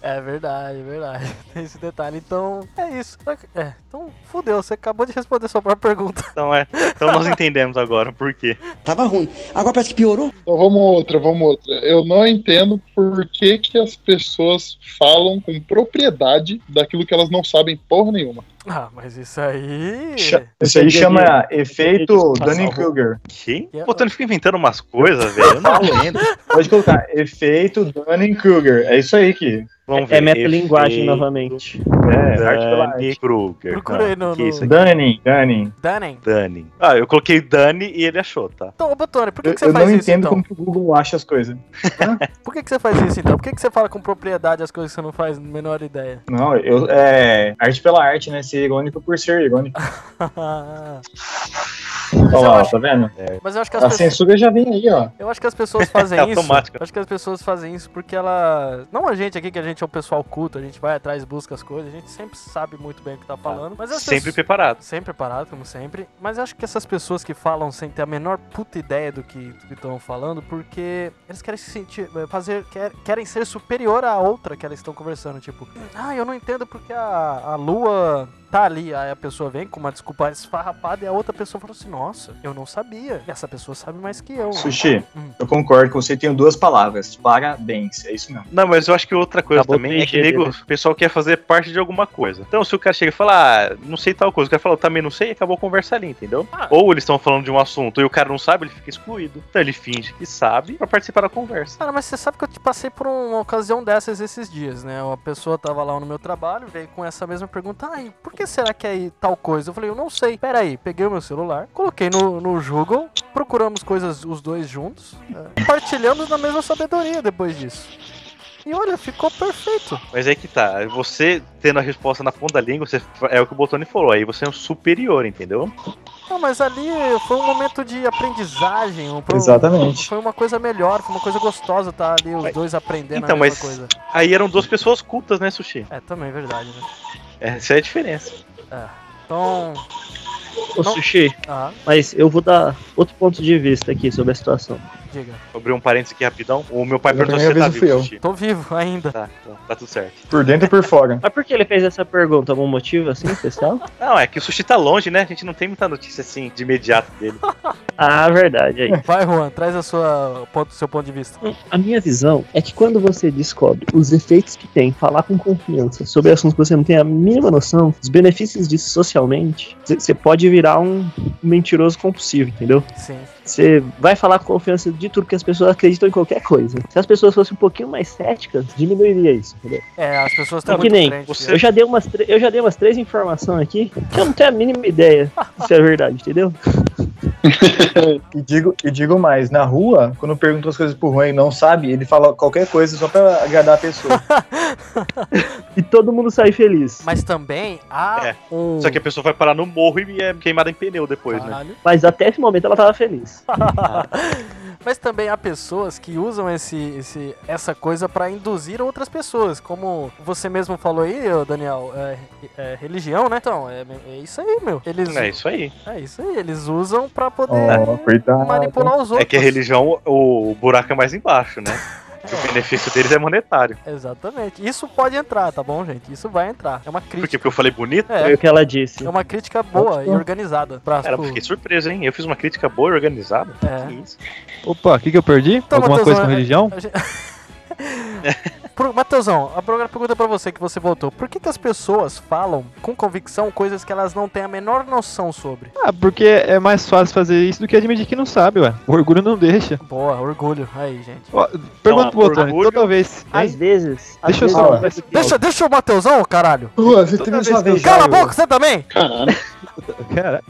É verdade, é verdade. [laughs] Tem esse detalhe. Então, é isso. É, então, fudeu, você acabou de responder sua própria pergunta. [laughs] Então é. Então nós entendemos agora por quê. Tava ruim. Agora parece que piorou. Então vamos outra, vamos outra. Eu não entendo por que, que as pessoas falam com propriedade daquilo que elas não sabem porra nenhuma. Ah, mas isso aí. Cha- Isso aí chama efeito Dunning-Kruger. Que? é- Eu- Pô, tu não fica inventando umas coisas, velho. Eu não lembro. Pode colocar efeito Dunning-Kruger. É isso aí que. Vamos [laughs] É ver. metalinguagem Efeito novamente. É, arte pela Dani Kruger. Procura aí Não, no- que no- isso aqui? Dunning, Dunning. Danem. Dani. Ah, eu coloquei Dani e ele achou, tá? Então, ô Botone, por que, Eu, que você eu faz não isso entendo então? como que o Google acha as coisas. Por que, que você faz isso então? Por que, que você fala com propriedade as coisas que você não faz a menor ideia? [laughs] Não, eu, é arte pela arte, né? Ser irônico por ser [laughs] irônico. Olha eu lá, acho- tá vendo? Mas eu acho que as A pessoas. censura já vem aí, ó. Eu acho que as pessoas fazem [laughs] É isso. automático. Eu acho que as pessoas fazem isso porque ela. Não a gente aqui, que a gente é um pessoal culto, a gente vai atrás, busca as coisas, a gente sempre sabe muito bem o que tá falando. Mas as Sempre pessoas- preparado. Sempre parado, como sempre. Mas eu acho que essas pessoas que falam sem ter a menor puta ideia do que estão falando, porque eles querem se sentir. eh, fazer. quer- querem ser superior à outra que elas estão conversando. Tipo, ah, eu não entendo porque a, a lua tá ali. Aí a pessoa vem com uma desculpa esfarrapada e a outra pessoa fala assim: nossa, eu não sabia. Essa pessoa sabe mais que eu. Sushi, Hum. eu concordo com você. Tenho duas palavras. Parabéns. É isso mesmo. Não, mas eu acho que outra coisa Acabou também é que engenheiro, nego, o pessoal quer fazer parte de alguma coisa. Então, se o cara chega e fala, ah, não sei tal coisa, o cara fala, eu também não sei, acabou a conversa ali, entendeu? Ah. Ou eles estão falando de um assunto e o cara não sabe, ele fica excluído. Então ele finge que sabe pra participar da conversa. Cara, mas você sabe que eu te passei por um, uma ocasião dessas esses dias, né? Uma pessoa tava lá no meu trabalho, veio com essa mesma pergunta. Ai, por que será que é aí tal coisa? Eu falei, eu não sei. Pera aí, peguei o meu celular, coloquei no, no Google, procuramos coisas os dois juntos, é, partilhamos na mesma sabedoria depois disso. E olha, ficou perfeito. Mas é que tá, você tendo a resposta na ponta da língua, você, fa- é o que o Botoni falou, aí você é um superior, entendeu? Não, mas ali foi um momento de aprendizagem. Um, pro- Exatamente. Foi uma coisa melhor, foi uma coisa gostosa tá ali os dois aprendendo Então, a mesma mas- coisa. Aí eram duas pessoas cultas, né, Sushi? É, também é verdade, né? Essa é a diferença. Então, Ô, Não. Sushi, ah, mas eu vou dar outro ponto de vista aqui sobre a situação. diga. Vou abrir um parênteses aqui rapidão. O meu pai Mas a perguntou se primeira você tá vez não vivo, fui Sushi. Tô vivo ainda. Tá, então, tá tudo certo. Por dentro e por fora. Mas por que ele fez essa pergunta? Algum motivo assim, especial? Não, é que o sushi tá longe, né? A gente não tem muita notícia assim de imediato dele. [laughs] ah, verdade, aí. Vai, Juan, traz a sua, o ponto- seu ponto de vista. A minha visão é que quando você descobre os efeitos que tem falar com confiança sobre assuntos que você não tem a mínima noção, os benefícios disso socialmente, você- você pode virar um mentiroso compulsivo, entendeu? Sim. Você vai falar com confiança de tudo que as pessoas acreditam em qualquer coisa. Se as pessoas fossem um pouquinho mais céticas, diminuiria isso, entendeu? É, as pessoas estão Não, muito que nem crentes. né? você- Eu já dei umas, tre- eu já dei umas três informações aqui que eu não tenho a mínima ideia se é verdade, entendeu? E digo, e digo mais, na rua, quando eu pergunto as coisas pro Juan e não sabe, ele fala qualquer coisa só pra agradar a pessoa. [laughs] E todo mundo sai feliz. Mas também há É. um... Só que a pessoa vai parar no morro e é queimada em pneu depois, né? Caralho. Mas até esse momento ela tava feliz. Mas também há pessoas que usam esse, esse, essa coisa pra induzir outras pessoas. Como você mesmo falou aí, ô, Daniel, é, é religião, né? Então, é, é isso aí, meu. Eles, É isso aí. é isso aí, eles usam pra poder Oh, coitado. manipular os outros. É que a religião, o buraco é mais embaixo, né? O [laughs] benefício deles é monetário. Exatamente. Isso pode entrar, tá bom, gente? Isso vai entrar. É uma Por quê? crítica. Porque eu falei bonito? Foi o que ela disse. É uma crítica boa e organizada. Pra, Cara, eu pro- fiquei surpreso, hein? Eu fiz uma crítica boa e organizada. tipo- É. Que isso? Opa, o que, que eu perdi? Então, [laughs] Alguma Matheusão, coisa com é- religião? Pro, Matheusão, a primeira pergunta pra você que você voltou. Por que, que as pessoas falam com convicção coisas que elas não têm a menor noção sobre? Ah, porque é mais fácil fazer isso do que admitir que não sabe, ué. O orgulho não deixa. Boa, orgulho. Aí, gente. Ó, pergunta Não, pro Botone, orgulho- é toda vez. hein? Às vezes. às Deixa eu vezes só. ela vai- Deixa, deixa o Matheusão, caralho. Juan, você Toda teve vez sua que eu vez. já- Cala a boca, você também! Caralho. Cara,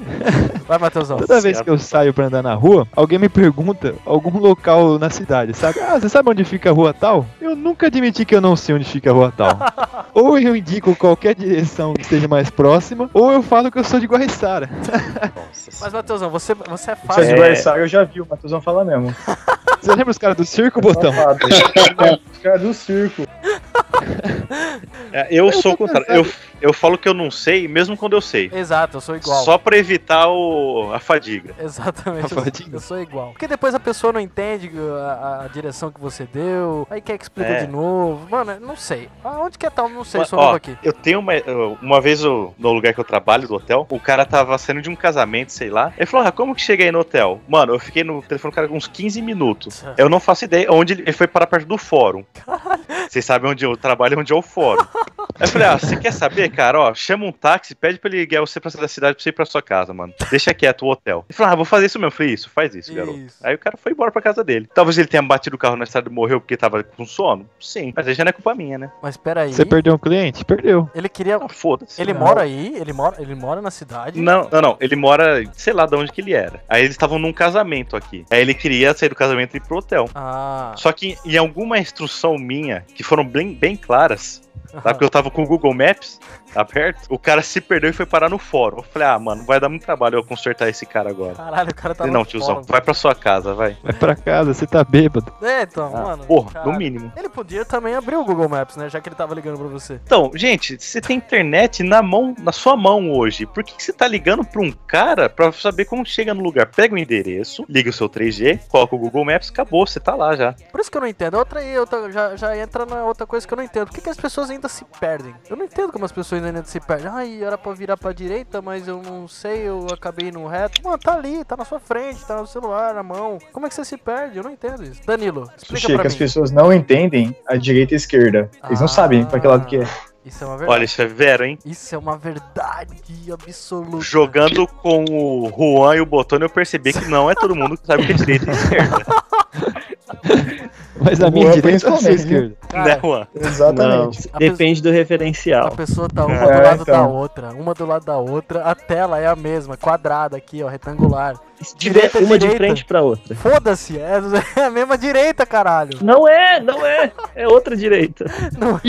Vai, Matheusão. toda vez que eu saio pra andar na rua, alguém me pergunta algum local na cidade, sabe? Ah, você sabe onde fica a rua tal? Eu nunca admiti que eu não sei onde fica a rua [laughs] tal. ou eu indico qualquer direção que esteja mais próxima, ou eu falo que eu sou de Guaiçara. Mas, Matheusão, você, você é Se é fácil. de Guaiçara, eu já vi o Matheusão falar mesmo. Você lembra os caras do circo, Então, Botão? Os caras do circo. É, eu, sou o tô contrário. Eu, eu falo que eu não sei, mesmo quando eu sei. Exato, eu sou igual. Só pra evitar o, a fadiga. Exatamente, eu- Rapidinho. eu sou igual. Porque depois a pessoa não entende uh, a, a direção que você deu, aí quer que explica É. de novo. Mano, eu não sei. Aonde que é tal? Não sei, Mas, sou novo ó, aqui. Eu tenho uma. eu- Uma vez eu- no lugar que eu trabalho, do hotel, o cara tava saindo de um casamento, sei lá. Ele falou: ah, como que cheguei no hotel? Mano, eu fiquei no telefone do cara uns 15 minutos. Eu não faço ideia onde ele ele foi parar perto do fórum. Vocês sabem onde eu trabalho e onde é o fórum. Aí eu falei, ah, você quer saber, cara? Ó, chama um táxi, pede pra ele guiar você pra sair da cidade pra você ir pra sua casa, mano. Deixa quieto o hotel. Ele falou, ah, vou fazer isso mesmo. Eu falei, isso, faz isso, garoto. Isso. Aí o cara foi embora pra casa dele. Talvez ele tenha batido o carro na estrada e morreu porque tava com sono. Sim, mas aí já não é culpa minha, né? Mas peraí. Você perdeu um cliente? Perdeu. Ele queria. Ah, foda-se. Ele mora aí? Ele mora, ele mora na cidade? Não, não, não. Ele mora, sei lá de onde que ele era. Aí eles estavam num casamento aqui. Aí ele queria sair do casamento e ir pro hotel. Ah. Só que em alguma instrução minha, que foram bem, bem claras, tá? [laughs] Porque eu tava com o Google Maps aberto, o cara se perdeu e foi parar no fórum. Eu falei, ah, mano, vai dar muito trabalho eu consertar esse cara agora. Caralho, o cara tá Falei, no não, tiozão, fórum. vai pra sua casa, vai. Vai pra casa, você tá bêbado. É, então, mano. Ah, Porra, caralho. no mínimo. Ele podia também abrir o Google Maps, né? Já que ele tava ligando pra você. Então, gente, você tem internet na mão, na sua mão hoje. Por que que você tá ligando pra um cara pra saber como chega no lugar? Pega o endereço, liga o seu 3G, coloca o Google Maps, acabou, você tá lá já. Por isso que eu não entendo. É Outra aí, outra, já, já entra na outra coisa que eu não entendo. Por que, que as pessoas ainda se perdem? Eu não entendo como as pessoas ainda se perdem. Ai, era pra virar pra direita, mas eu não sei, eu acabei indo reto. Mano, tá ali, tá na sua frente, tá no celular, na mão. Como é que você se perde? Eu não entendo isso. Danilo, explica Sushi, pra que as mim. pessoas não entendem a direita e a esquerda. Eles Ah. não sabem pra que lado que é. Isso é uma verdade. Olha, isso é vero, hein? Isso é uma verdade absoluta. Jogando com o Juan e o Botone, eu percebi que não é todo mundo que sabe o que é direita e esquerda, Mas a minha Boa, direita é a sua principalmente, esquerda. né, Cara, Juan? [laughs] Não, Exatamente. depende do a referencial. pessoa tá uma É, do lado da então. outra, uma do lado da outra. A tela é a mesma, quadrada aqui, ó, retangular. Direita, uma direita. de frente pra outra. Foda-se, é é a mesma direita, caralho. Não é, não é. É outra direita. Não é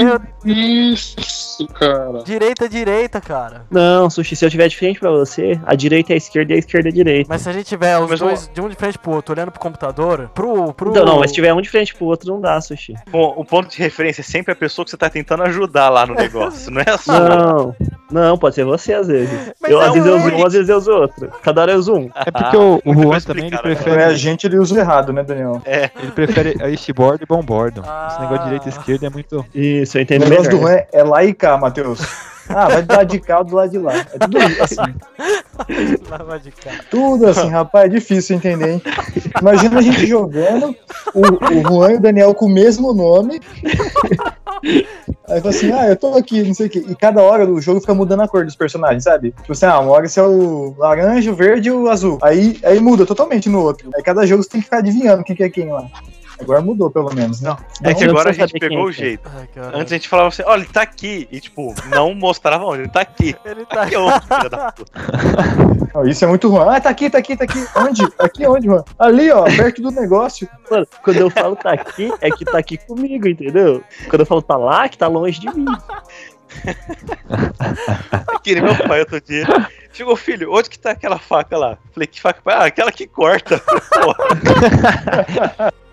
Isso, cara. Direita, direita, cara. Não, Sushi, se eu tiver de frente pra você, a direita é a esquerda e a esquerda é a direita. Mas se a gente tiver os Mas, dois de um de frente pro outro, olhando pro computador, pro. pro... Então, não, mas se [laughs] tiver um de frente pro outro, não dá, Sushi. Bom, o ponto de referência é sempre a pessoa que você tá tentando ajudar lá no negócio, não é a Ah, sua. Não, não, pode ser você às vezes. Mas eu, é às vezes um eu uso link. um, às vezes eu uso outro. Cada hora eu uso um. É porque o, o muito Juan bem também explicado, ele Não é a prefere, gente, ele usa o errado, né, Daniel? ele prefere a eastboard e bombordo. Esse negócio Ah. de direita e esquerda é muito. Isso, eu O entendo melhor. negócio do Juan é lá e cá, Matheus. Ah, vai do lado de cá ou do lado de lá. É tudo [laughs] assim, Lava de cara. tudo assim, rapaz, é difícil entender, hein? Imagina a gente jogando, o, o Juan e o Daniel com o mesmo nome. Aí fala assim, ah, eu tô aqui, não sei o quê. E cada hora o jogo fica mudando a cor dos personagens, sabe? Tipo assim, ah, uma hora você é o laranja, o verde e o azul. Aí, aí muda totalmente no outro. Aí cada jogo você tem que ficar adivinhando quem que é quem lá. Agora mudou, pelo menos, né? não. É que Não, agora a eu não gente sabia quem pegou é, o jeito. Ai, cara. Antes a gente falava assim, olha, ele tá aqui. E tipo, não mostrava onde, ele tá aqui. Ele tá. Aqui é outro, filho da puta. Não, Isso é muito Juan. Ah, tá aqui, tá aqui, tá aqui. Onde? Aqui onde, Juan? Ali, ó, perto do negócio. Mano, quando eu falo tá aqui, é que tá aqui comigo, entendeu? Quando eu falo tá lá, é que tá longe de mim. Que nem meu pai outro dia. Chegou, filho, onde que tá aquela faca lá? Falei, que faca? pai? Ah, aquela que corta. Porra.